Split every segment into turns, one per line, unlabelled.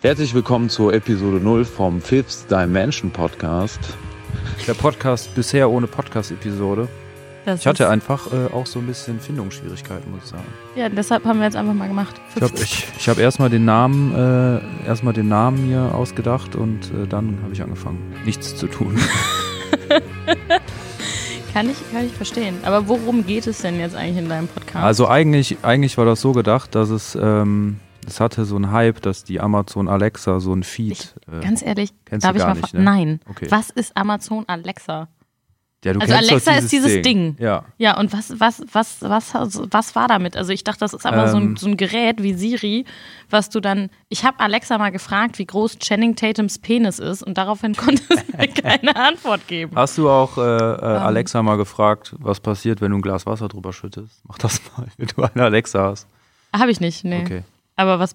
Herzlich willkommen zur Episode 0 vom Fifth Dimension Podcast.
Der Podcast bisher ohne Podcast-Episode.
Das
Ich hatte
ist,
einfach äh, auch so ein bisschen Findungsschwierigkeiten, muss ich sagen.
ja, deshalb haben wir jetzt einfach mal gemacht.
Ich habe ich, ich hab erstmal den Namen, äh, erstmal den Namen mir ausgedacht und äh, dann habe ich angefangen, nichts zu tun.
Kann ich, kann ich verstehen. Aber worum geht es denn jetzt eigentlich in deinem Podcast?
Also eigentlich, eigentlich war das so gedacht, dass es, ähm, es hatte so einen Hype, dass die Amazon Alexa so ein Feed. äh,
Ganz ehrlich,
kennst
darf
du
ich
gar
mal
nicht,
fragen?
ne?
Nein.
Okay.
Was ist Amazon Alexa?
ja, du
also
kennst doch
Alexa ist dieses Ding.
Ja.
Ja, und was, was, was, was, was war damit? Also ich dachte, das ist einfach so, ein,
Ähm.
so ein Gerät wie Siri, was du dann. Ich habe Alexa mal gefragt, wie groß Channing Tatums Penis ist und daraufhin konnte es mir keine Antwort geben.
Hast du auch äh, äh, Alexa mal gefragt, was passiert, wenn du ein Glas Wasser drüber schüttest? Mach das mal, wenn du eine Alexa hast.
Habe ich nicht, nee.
Okay.
Aber was.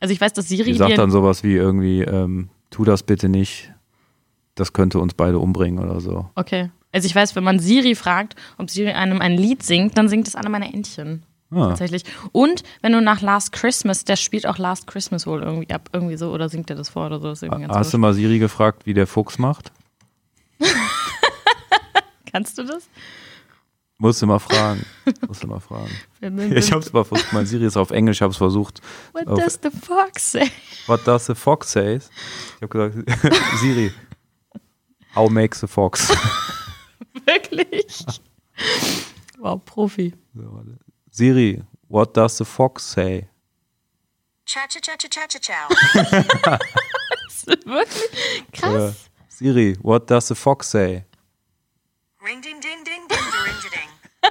Also ich weiß, dass Siri
Die sagt
dir
dann sowas wie irgendwie, ähm, tu das bitte nicht, das könnte uns beide umbringen oder so.
Okay. Also ich weiß, wenn man Siri fragt, ob Siri einem ein Lied singt, dann singt es alle meine Entchen.
Ah.
Tatsächlich. Und wenn du nach Last Christmas, der spielt auch Last Christmas wohl irgendwie ab, irgendwie so, oder singt er das vor oder so. Das ist irgendwie ganz
Ah, Hast du
komisch.
mal Siri gefragt, wie der Fuchs macht?
Kannst du das?
Musst du mal fragen. Musst du mal fragen. Ich hab's mal versucht, mein Siri ist auf Englisch, ich hab's versucht.
What
auf-
does the fox say?
What does the fox says? Ich hab gesagt, Siri, how makes the fox?
Wirklich? Wow, Profi.
Siri, what does the fox say?
Cha cha cha cha cha cha chow.
Wirklich?
Oder
Krass.
Äh, Siri, what does the fox say?
Ring ding ding ding ding ding ding.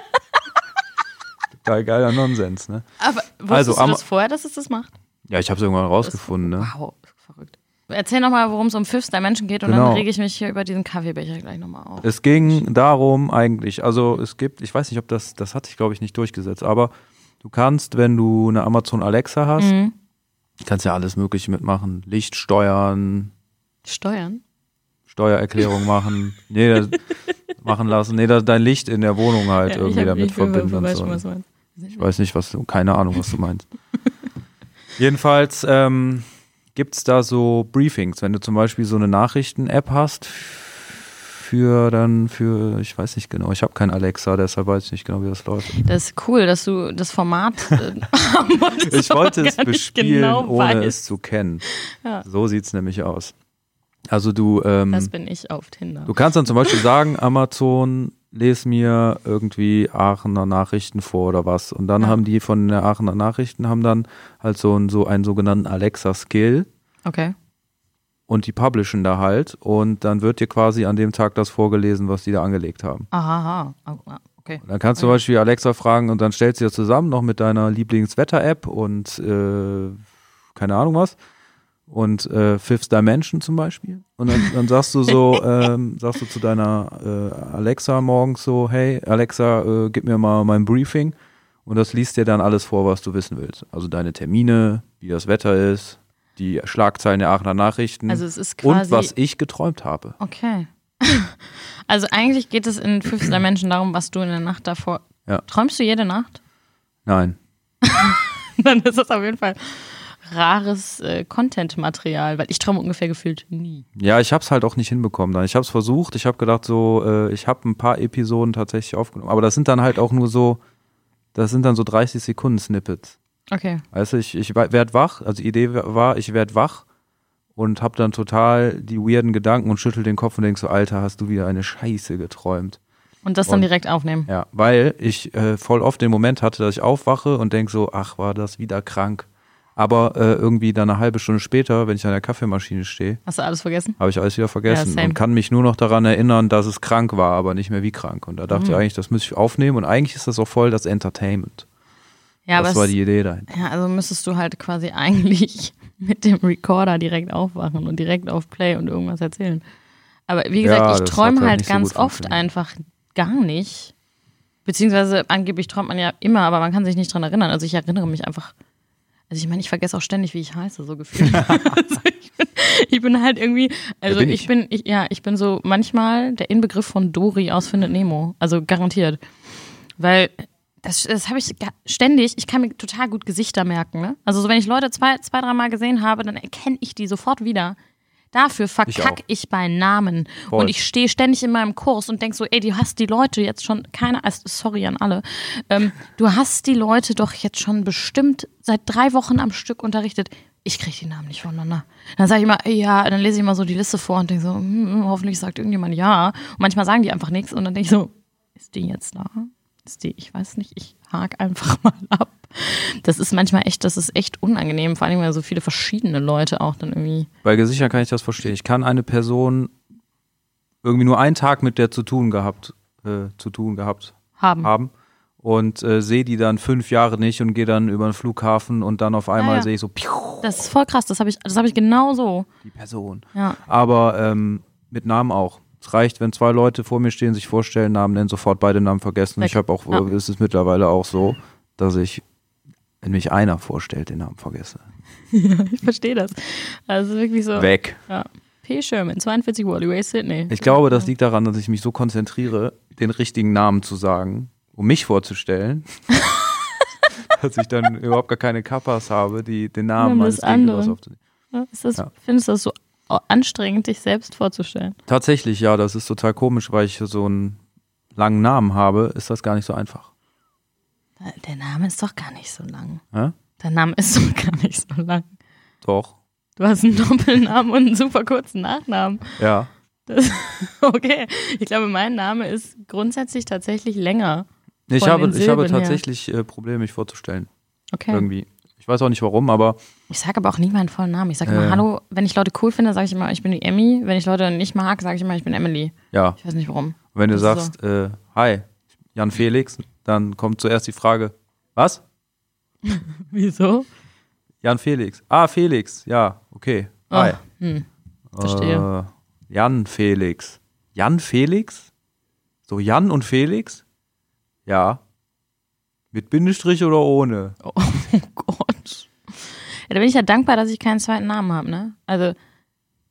Total geiler Nonsens, ne?
Aber wusstest
Also,
du
am-
das vorher, dass es das macht?
Ja, ich hab's irgendwann rausgefunden, ne?
Wow, verrückt. Erzähl nochmal, worum es um Fifth Dimension geht und
Genau. Äh,
dann rege ich mich hier über diesen Kaffeebecher gleich nochmal auf.
Es ging darum eigentlich, also es gibt, ich weiß nicht, ob das, das hatte ich glaube ich nicht durchgesetzt, aber du kannst, wenn du eine Amazon Alexa hast,
Mhm.
kannst ja alles Mögliche mitmachen. Licht steuern,
Steuern?
Steuererklärung machen, nee, das, machen lassen, nee, das, dein Licht in der Wohnung halt
Ja,
irgendwie
hab-
damit
ich
verbinden und
weiß
so.
schon, was du meinst.
Ich weiß nicht, was du, keine Ahnung, was du meinst. Jedenfalls ähm, gibt es da so Briefings, wenn du zum Beispiel so eine Nachrichten-App hast für dann für, ich weiß nicht genau, ich habe kein Alexa, deshalb weiß ich nicht genau, wie das läuft.
Das ist cool, dass du das Format äh, haben wolltest.
Ich
aber
wollte es
gar nicht
bespielen,
genau
ohne
weißt.
es zu kennen. So sieht es nämlich aus. Also du, ähm,
Das bin ich auf Tinder.
du kannst dann zum Beispiel sagen, Amazon, les mir irgendwie Aachener Nachrichten vor oder was. Und dann haben die von der Aachener Nachrichten haben dann halt so einen, so einen sogenannten Alexa-Skill.
Okay.
und die publishen da halt und dann wird dir quasi an dem Tag das vorgelesen, was die da angelegt haben.
Aha, aha. Ah, okay.
Dann kannst du zum Beispiel Alexa fragen und dann stellst du das zusammen noch mit deiner Lieblingswetter-App und äh, keine Ahnung was und äh, Fifth Dimension zum Beispiel. Und dann, dann sagst du so, ähm, sagst du zu deiner äh, Alexa morgens so, hey Alexa, äh, gib mir mal mein Briefing und das liest dir dann alles vor, was du wissen willst. Also deine Termine, wie das Wetter ist, die Schlagzeilen der Aachener Nachrichten
Also es ist
und
quasi.
was ich geträumt habe.
okay. Also eigentlich geht es in Fifth Dimension darum, was du in der Nacht davor.
Ja.
Träumst du jede Nacht?
Nein.
Dann ist das auf jeden Fall rares äh, Content-Material, weil ich träume ungefähr gefühlt nie.
Ja, ich hab's halt auch nicht hinbekommen. dann. Ich hab's versucht. Ich hab gedacht, so, äh, ich hab ein paar Episoden tatsächlich aufgenommen. Aber das sind dann halt auch nur so, das sind dann so 30 Sekunden Snippets.
Okay.
Weißt du, ich, ich werd wach. Also die Idee war, ich werd wach und hab dann total die weirden Gedanken und schüttel den Kopf und denk so, Alter, hast du wieder eine Scheiße geträumt.
Und das dann
Und-
direkt aufnehmen.
Ja, weil ich äh, voll oft den Moment hatte, dass ich aufwache und denk so, ach, war das wieder krank. Aber äh, irgendwie dann eine halbe Stunde später, wenn ich an der Kaffeemaschine stehe,
Hast du alles vergessen?
habe ich alles wieder
Ja,
vergessen
same.
und kann mich nur noch daran erinnern, dass es krank war, aber nicht mehr wie krank. Und da
Mhm.
dachte ich eigentlich, das müsste ich aufnehmen und eigentlich ist das auch voll das Entertainment.
Ja,
das
aber
war
es-
die Idee dahin.
Ja, also müsstest du halt quasi eigentlich mit dem Recorder direkt aufwachen und direkt auf Play und irgendwas erzählen. Aber wie gesagt,
Ja,
ich
das
träume
hat halt
halt
nicht so
ganz
gut
oft
funktioniert.
einfach gar nicht. Beziehungsweise angeblich träumt man ja immer, aber man kann sich nicht dran erinnern. Also ich erinnere mich einfach. Also ich meine, ich vergesse auch ständig, wie ich heiße, so gefühlt. also ich, bin, ich bin halt irgendwie, also
bin
ich?
ich?
bin, ich, ja, ich bin so manchmal der Inbegriff von Dory aus Findet Nemo. Also garantiert. Weil Das, das habe ich ga- ständig. Ich kann mir total gut Gesichter merken. Ne? Also so, wenn ich Leute zwei, zwei dreimal gesehen habe, dann erkenne ich die sofort wieder. Dafür
auch.
verkack ich, bei Namen.
Voll.
Und ich stehe ständig in meinem Kurs und denk so, ey, du hast die Leute jetzt schon, keine, also, sorry an alle, ähm, du hast die Leute doch jetzt schon bestimmt seit drei Wochen am Stück unterrichtet. Ich kriege die Namen nicht voneinander. Dann sage ich immer, ey, ja, dann lese ich mal so die Liste vor und denk so, hm, hoffentlich sagt irgendjemand ja. Und manchmal sagen die einfach nichts und dann denk ich so, ist die jetzt da? Ist die, ich weiß nicht, ich hake einfach mal ab. Das ist manchmal echt, das ist echt unangenehm, vor allem, weil so viele verschiedene Leute auch dann irgendwie.
Bei Gesichern kann ich das verstehen. Ich kann eine Person irgendwie nur einen Tag mit der zu tun gehabt, äh, zu tun gehabt
Haben.
haben und äh, sehe die dann fünf Jahre nicht und gehe dann über den Flughafen und dann auf einmal
Ja, ja.
sehe ich so piu,
Das ist voll krass, das habe ich, das hab ich genau so.
die Person.
Ja.
Aber ähm, mit Namen auch. Es reicht, wenn zwei Leute vor mir stehen, sich vorstellen, Namen nennen, sofort beide Namen vergessen.
Weg.
Ich habe auch,
Ja.
äh, es ist mittlerweile auch so, dass ich, wenn mich einer vorstellt, den Namen vergesse.
Ich verstehe das. Also wirklich so.
Weg.
Ja. P. Sherman, 42 Wally Way, Sydney.
Ich glaube, das liegt daran, dass ich mich so konzentriere, den richtigen Namen zu sagen, um mich vorzustellen, dass ich dann überhaupt gar keine Kappas habe, die den Namen
Nimm
meines
das andere.
Gegenübers aufzunehmen.
Ist das,
Ja.
Findest du das so anstrengend, dich selbst vorzustellen?
Tatsächlich, ja, das ist total komisch, weil ich so einen langen Namen habe, ist das gar nicht so einfach.
Der Name ist doch gar nicht so lang.
Hä?
Der Name ist doch gar nicht so lang.
Doch.
Du hast einen Doppelnamen und einen super kurzen Nachnamen.
Ja.
Das, okay. Ich glaube, mein Name ist grundsätzlich tatsächlich länger.
Nee, Ich
Von
habe,
den
ich habe
Silben her.
tatsächlich äh, Probleme, mich vorzustellen.
Okay.
Irgendwie. Ich weiß auch nicht warum, aber
Ich sage aber auch nie meinen vollen Namen. Ich sage immer
Ja.
Hallo. Wenn ich Leute cool finde, sage ich immer, ich bin die Emmy. Wenn ich Leute nicht mag, sage ich immer, ich bin Emily.
ja,
Ich weiß nicht warum.
wenn du
Das ist
sagst, äh, hi, Jan Felix, dann kommt zuerst die Frage, was?
Wieso?
Jan Felix. Ah, Felix, ja, okay. Hi.
Ah, hm. Verstehe.
Äh, Jan Felix. Jan Felix? So Jan und Felix? Ja. Mit Bindestrich oder ohne?
Oh, oh Gott. Ja, da bin ich ja dankbar, dass ich keinen zweiten Namen habe, ne? Also,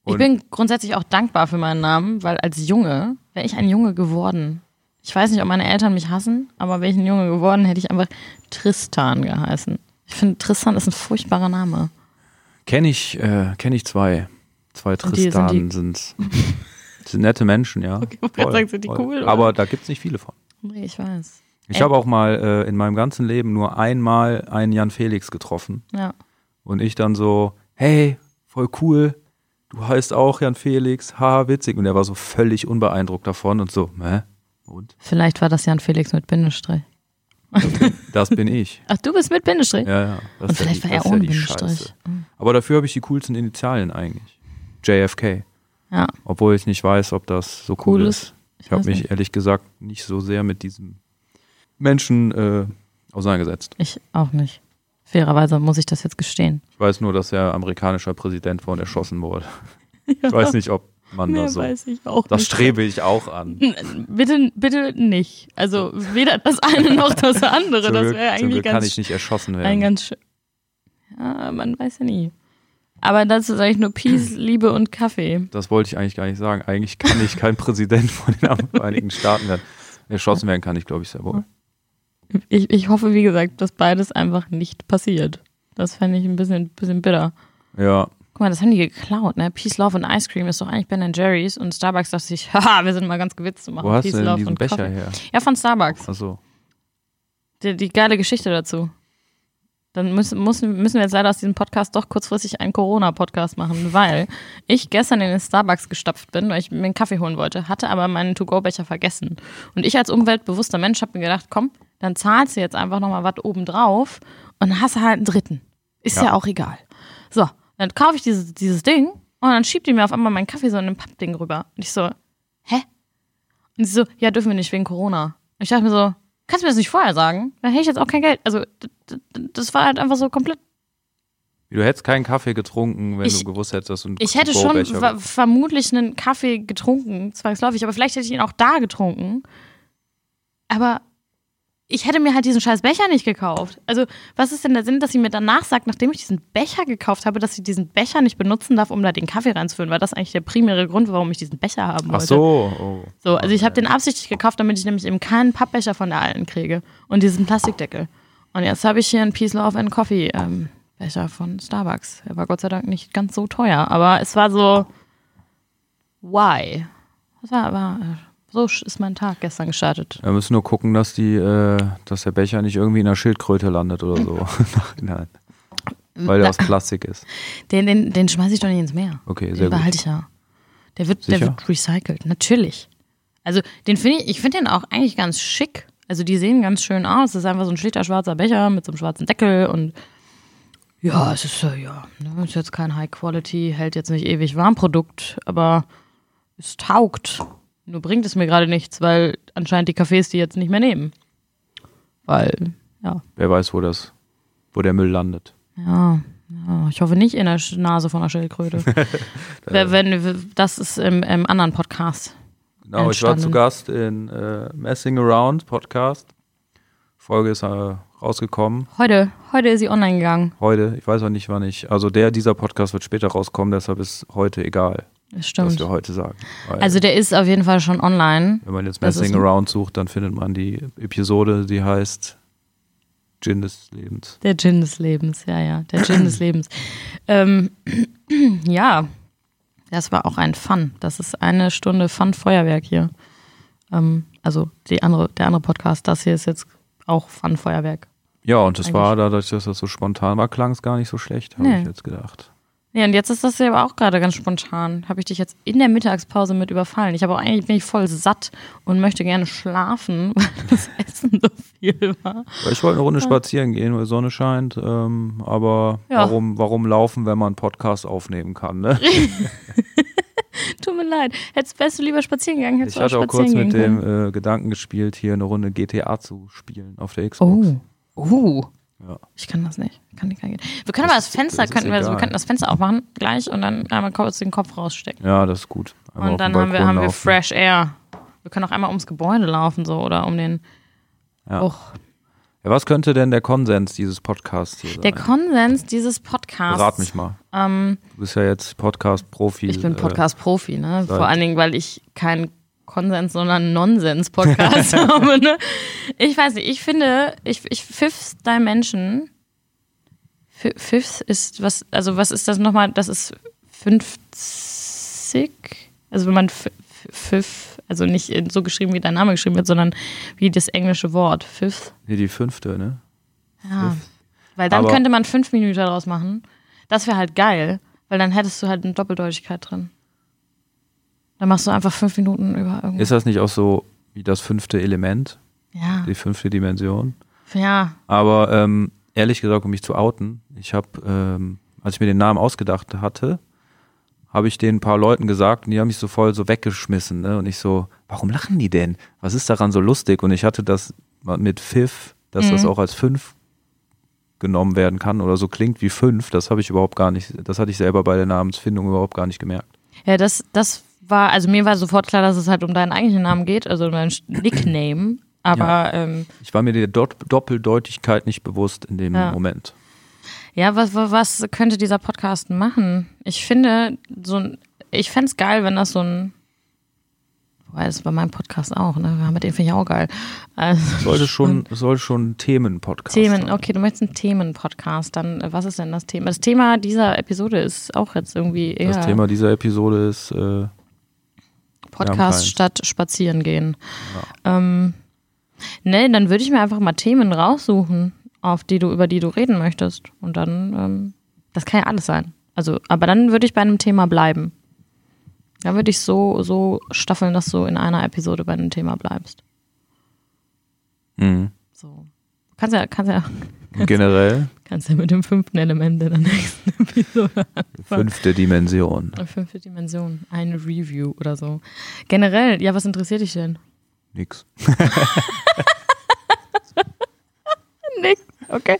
ich
Und-
bin grundsätzlich auch dankbar für meinen Namen, weil als Junge wäre ich ein Junge geworden. Ich weiß nicht, ob meine Eltern mich hassen, aber wäre ich ein Junge geworden, hätte ich einfach Tristan geheißen. Ich finde, Tristan ist ein furchtbarer Name.
Kenne ich, äh, kenn ich zwei. Zwei
Und die sind
Tristanen sind's. sind nette Menschen, ja. Okay,
wollte gerade sagen, sind die cool, oder?
Aber da gibt's nicht viele von.
Nee, ich weiß.
Ich
Ey.
habe auch mal äh, in meinem ganzen Leben nur einmal einen Jan Felix getroffen.
Ja.
Und ich dann so, hey, voll cool, du heißt auch Jan Felix, haha, witzig. Und er war so völlig unbeeindruckt davon und so, hä? Und?
Vielleicht war das Jan Felix mit Bindestrich.
Das bin ich.
Ach, du bist mit Bindestrich?
Ja, ja. Das ist
Und
ja
vielleicht
die-
war er
das ist ja
ohne
die
Bindestrich.
Scheiße. Aber dafür habe ich die coolsten Initialen eigentlich. JFK.
Ja.
Obwohl ich nicht weiß, ob das so cool,
Cool
ist.
ist.
Ich habe
weiß
mich
nicht.
ehrlich gesagt nicht so sehr mit diesem Menschen äh, auseinandergesetzt.
Ich auch nicht. Fairerweise muss ich das jetzt gestehen.
Ich weiß nur, dass er amerikanischer Präsident war und erschossen wurde. Ich weiß nicht, ob man das so.
ich auch
Das strebe ich auch an.
Bitte, bitte nicht. Also weder das eine noch das andere.
Zum
das
Glück-
wäre
zum
eigentlich
Glück kann
ganz,
ich nicht erschossen
ein
werden.
ganz schön. Ja, man weiß ja nie. Aber dazu sage ich nur Peace, Liebe und Kaffee.
das wollte ich eigentlich gar nicht sagen. Eigentlich kann ich kein Präsident von den Vereinigten Staaten werden. Erschossen werden kann ich, glaube ich, sehr wohl.
Ich, ich hoffe, wie gesagt, dass beides einfach nicht passiert. Das fände ich ein bisschen, bisschen bitter.
Ja,
Guck mal, das haben die geklaut, ne? Peace, Love und Ice Cream ist doch eigentlich Ben Jerry's und Starbucks dachte sich, haha, wir sind mal ganz gewitzt zu machen.
wo hast
Peace,
du denn
Love
diesen
und
Becher
Kaffee.
her?
Ja, von Starbucks.
Achso.
die, die geile Geschichte dazu. Dann müssen, müssen, müssen wir jetzt leider aus diesem Podcast doch kurzfristig einen Corona-Podcast machen, weil ich gestern in den Starbucks gestapft bin, weil ich mir einen Kaffee holen wollte, hatte aber meinen To-Go-Becher vergessen. Und ich als umweltbewusster Mensch habe mir gedacht, komm, dann zahlst du jetzt einfach nochmal was obendrauf und hast halt einen dritten. Ist ja,
Ja.
auch egal. So, dann kaufe ich dieses, dieses Ding und dann schiebt die mir auf einmal meinen Kaffee so in ein Pappding rüber. Und ich so, hä? Und sie so, ja, dürfen wir nicht wegen Corona. Und ich dachte mir so, kannst du mir das nicht vorher sagen? Dann hätte ich jetzt auch kein Geld. Also, d- d- d- das war halt einfach so komplett.
Du hättest keinen Kaffee getrunken, wenn
Ich-
du gewusst hättest, dass du einen
Ich hätte schon
Go-Becher
wa-
bekommst.
vermutlich einen Kaffee getrunken, zwangsläufig, aber vielleicht hätte ich ihn auch da getrunken. Aber ich hätte mir halt diesen scheiß Becher nicht gekauft. Also, was ist denn der Sinn, dass sie mir danach sagt, nachdem ich diesen Becher gekauft habe, dass ich diesen Becher nicht benutzen darf, um da den Kaffee reinzufüllen? War das eigentlich der primäre Grund, warum ich diesen Becher haben
Ach
wollte?
so. Oh.
So, also ich habe den absichtlich gekauft, damit ich nämlich eben keinen Pappbecher von der alten kriege und diesen Plastikdeckel. Und jetzt habe ich hier einen Peace Love and Coffee ähm, Becher von Starbucks. Der war Gott sei Dank nicht ganz so teuer, aber es war so why? Das war aber äh, so sch- ist mein Tag gestern gestartet.
Wir müssen nur gucken, dass die, äh, dass der Becher nicht irgendwie in der Schildkröte landet oder so. Nein. Weil der aus Plastik ist.
Den den den schmeiße ich doch nicht ins Meer.
Okay, sehr
den
gut.
behalte ich ja. Der wird der
Sicher?
wird recycelt, natürlich. Also, den finde ich ich finde den auch eigentlich ganz schick. Also, die sehen ganz schön aus. Das ist einfach so ein schlichter schwarzer Becher mit so einem schwarzen Deckel und Ja, es ist äh, ja, ne, ist jetzt kein High Quality, hält jetzt nicht ewig warm Produkt, aber es taugt. Nur bringt es mir gerade nichts, weil anscheinend die Cafés die jetzt nicht mehr nehmen. Weil ja,
Wer weiß, wo das, wo der Müll landet.
ja, ja ich hoffe nicht in der Sch- Nase von der Schildkröte. wenn, wenn das ist im, im anderen Podcast.
Genau, ich war zu
entstanden.
Gast in äh, Messing Around Podcast. Folge ist äh, rausgekommen
Heute, heute ist sie online gegangen.
heute. Ich weiß auch nicht, wann ich. Also der dieser Podcast wird später rauskommen, deshalb ist heute egal,
Das
was
Stimmt.
wir heute sagen. Weil,
Also der ist auf jeden Fall schon online.
wenn man jetzt
das ist
Messing
ein-
Around sucht, dann findet man die Episode, die heißt Gin des Lebens.
Der Gin des Lebens, ja, ja, der Gin des Lebens. Ähm, ja, das war auch ein Fun. Das ist eine Stunde Fun-Feuerwerk hier. Ähm, also die andere, der andere Podcast, das hier ist jetzt auch Fun-Feuerwerk.
Ja, und das
Eigentlich-
war dadurch, dass das so spontan war, klang es gar nicht so schlecht, habe
Nee.
ich jetzt gedacht.
Ja, und jetzt ist das hier aber auch gerade ganz spontan. Habe ich dich jetzt in der Mittagspause mit überfallen. Ich habe auch eigentlich bin ich voll satt und möchte gerne schlafen, weil das Essen so viel war.
Weil Ich wollte eine Runde spazieren gehen, weil Sonne scheint. Ähm, aber
Ja.
warum, warum laufen, wenn man einen Podcast aufnehmen kann? Ne?
Tut mir leid. Hättest wärst du lieber spazieren gegangen, hättest
Ich
du auch
hatte auch kurz
spazieren
mit
gehen können.
dem äh, Gedanken gespielt, hier eine Runde GTA zu spielen auf der Xbox.
Oh.
Ja.
Ich kann das nicht. Ich kann nicht gehen. Wir können aber das Fenster,
das ist
könnten wir,
egal.
wir könnten das Fenster aufmachen gleich und dann einmal kurz den Kopf rausstecken.
Ja, das ist gut. Einmal auf
und dann
den
haben wir,
Balkon
haben wir
laufen.
Fresh Air. Wir können auch einmal ums Gebäude laufen so oder um den.
Ja.
Och.
Ja, was könnte denn der Konsens dieses Podcasts hier sein?
Der Konsens dieses Podcasts.
Rat mich mal.
Ähm,
Du bist ja jetzt Podcast-Profi. äh,
ich bin Podcast-Profi, ne?
seit-
Vor allen Dingen, weil ich keinen Konsens, sondern Nonsens-Podcast habe, ne? Ich weiß nicht, ich finde, ich, ich Fifth Dimension. Fi- Fifth ist was, also was ist das nochmal? Das ist 50. Also wenn man f- f- Fifth, also nicht in- so geschrieben, wie dein Name geschrieben wird, sondern wie das englische Wort. Fifth.
Äh, nee, die fünfte, ne?
Ja. Weil dann
Aber-
könnte man fünf Minuten draus machen. Das wäre halt geil, weil dann hättest du halt eine Doppeldeutigkeit drin. Dann machst du einfach fünf Minuten über irgendwas.
Ist das nicht auch so wie das fünfte Element,
Ja.
die fünfte Dimension?
Ja.
Aber ähm, ehrlich gesagt, um mich zu outen, ich habe, ähm, als ich mir den Namen ausgedacht hatte, habe ich den ein paar Leuten gesagt und die haben mich so voll so weggeschmissen. Ne? Und ich so, warum lachen die denn? Was ist daran so lustig? Und ich hatte das mal mit Pfiff, dass
Mhm.
das auch als fünf genommen werden kann oder so klingt wie fünf. Das habe ich überhaupt gar nicht, das hatte ich selber bei der Namensfindung überhaupt gar nicht gemerkt.
Ja, das, das war, also mir war sofort klar, dass es halt um deinen eigentlichen Namen geht, also um deinen Sch- Nickname. Aber ja, ähm,
Ich war mir der Dop- Doppeldeutigkeit nicht bewusst in dem
Ja.
Moment.
ja was, was- was könnte dieser Podcast machen? Ich finde, so ein, ich fänd's geil, wenn das so ein. Wobei, das ist bei meinem Podcast auch, ne? Wir haben mit dem finde ich auch geil. Also,
Sollte schon, soll schon ein Themenpodcast
Themen,
sein.
okay, du möchtest einen Themen-Podcast, dann äh, was ist denn das Thema? Das Thema dieser Episode ist auch jetzt irgendwie eher
Das Thema dieser Episode ist äh,
Podcast
keins.
statt Spazieren gehen. Ähm, ne, dann würde ich mir einfach mal Themen raussuchen, auf die du, über die du reden möchtest. Und dann, ähm, das kann ja alles sein. Also, aber dann würde ich bei einem Thema bleiben. Dann würde ich so, so staffeln, dass du in einer Episode bei einem Thema bleibst.
Mhm.
So. Kannst ja, kannst ja,
generell
kannst ja mit dem fünften Element in der nächsten Episode
fünfte Dimension.
Eine Fünfte Dimension, eine Review oder so. Generell, ja, was interessiert dich denn?
Nix.
Nix, okay.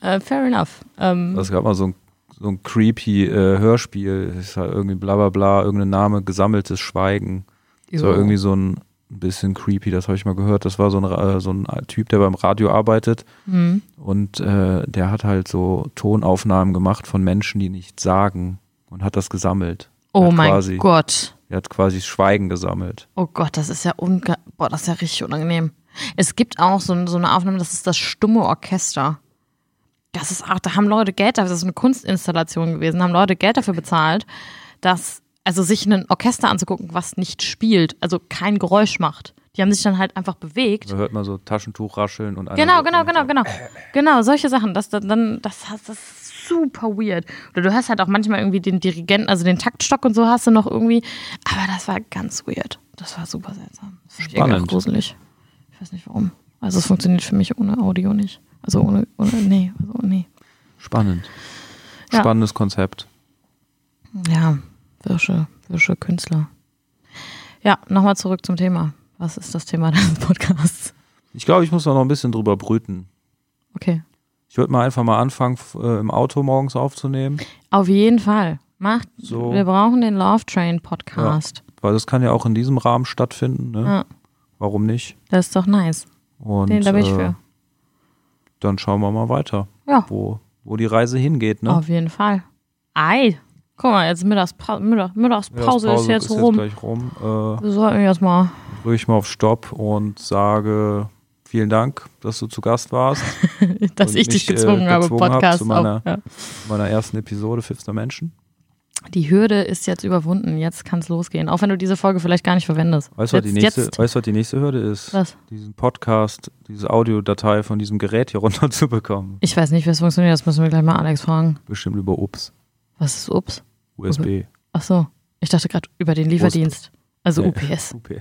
Äh, fair enough. Ähm,
Es gab mal so ein, so ein creepy äh, Hörspiel, es ist halt irgendwie bla bla bla, irgendein Name, gesammeltes Schweigen. Es war
jo.
irgendwie so ein, ein bisschen creepy, das habe ich mal gehört. Das war so ein, Ra- äh, so ein Typ, der beim Radio arbeitet
Hm.
und äh, der hat halt so Tonaufnahmen gemacht von Menschen, die nichts sagen und hat das gesammelt.
Oh
hat
mein
quasi,
Gott.
Er hat quasi Schweigen gesammelt.
Oh Gott, das ist ja unge Boah, das ist ja richtig unangenehm. Es gibt auch so, ein- so eine Aufnahme, das ist das stumme Orchester. Das ist auch, da haben Leute Geld dafür, das ist eine Kunstinstallation gewesen, haben Leute Geld dafür bezahlt, dass, also sich ein Orchester anzugucken, was nicht spielt, also kein Geräusch macht. Die haben sich dann halt einfach bewegt.
Da hört man so Taschentuch rascheln und einer
Genau,
wird
genau,
irgendwie
genau, genau. Genau, solche Sachen. Das, dann- dann, das, das ist super weird. Oder du hast halt auch manchmal irgendwie den Dirigenten, also den Taktstock und so hast du noch irgendwie. Aber das war ganz weird. Das war super seltsam. Das fand ich irgendwie auch
Spannend.
gruselig. Ich weiß nicht warum. Also es funktioniert für mich ohne Audio nicht. Also ohne, ohne nee, also nee.
Spannend.
Ja.
Spannendes Konzept.
Ja, Wirsche, Wirsche Künstler. Ja, nochmal zurück zum Thema. Was ist das Thema des Podcasts?
Ich glaube, ich muss da noch ein bisschen drüber brüten.
Okay.
Ich würde mal einfach mal anfangen, f- äh, im Auto morgens aufzunehmen,
Auf jeden Fall. Macht,
So.
wir brauchen den Love Train Podcast.
weil das kann ja auch in diesem Rahmen stattfinden. Ne?
Ja.
Warum nicht?
Das ist doch nice.
Und
Den da bin ich
äh,
für.
dann schauen wir mal weiter,
Ja, Oh,
wo, wo die Reise hingeht. Ne?
auf jeden Fall. Ei, guck mal, jetzt Mittagspause, Mittag, Mittagspause ist jetzt rum.
gleich rum. Äh,
Wir sollten jetzt mal.
drücke ich mal auf Stopp und sage vielen Dank, dass du zu Gast warst.
Dass
Und
ich dich
mich, äh,
gezwungen habe,
gezwungen hab
Podcast
zu meiner-
auf. Ja.
In meiner ersten Episode Fifster Menschen.
Die Hürde ist jetzt überwunden. Jetzt kann es losgehen. Auch wenn du diese Folge vielleicht gar nicht verwendest.
Weißt du, was die
jetzt,
nächste,
jetzt.
weißt, du, was die nächste Hürde ist?
Was?
Diesen Podcast, diese Audiodatei von diesem Gerät hier runterzubekommen.
Ich weiß nicht, wie es funktioniert. Das müssen wir gleich mal Alex fragen.
Bestimmt über Ups,
Was ist Ups?
USB.
Ach so. Ich dachte gerade über den Lieferdienst. Also
Nee.
UPS.
UP.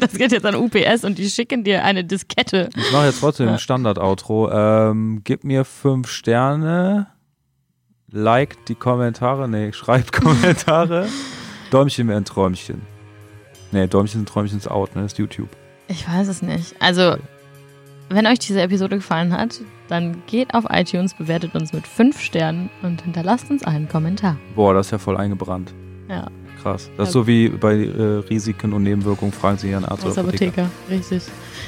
Das geht jetzt an UPS und die schicken dir eine Diskette.
Ich mache jetzt trotzdem ein Standard-Outro. Ähm, gib mir fünf Sterne, like die Kommentare, nee, schreib Kommentare. Däumchen wäre ein Träumchen. Nee, Däumchen und Träumchen ist out, ne? Ist YouTube.
Ich weiß es nicht. Also, wenn euch diese Episode gefallen hat, dann geht auf iTunes, bewertet uns mit 5 Sternen und hinterlasst uns einen Kommentar.
Boah, das ist ja voll eingebrannt.
Ja,
Krass. Das ist so wie bei äh, Risiken und Nebenwirkungen fragen Sie Ihren Arzt
aus
oder Apotheker.
Apotheker. Richtig.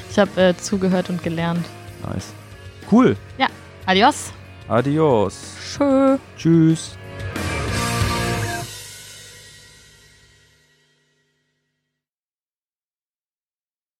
Ich habe äh, zugehört und gelernt.
Nice. Cool.
Adios.
Adios.
Tschö.
Tschüss.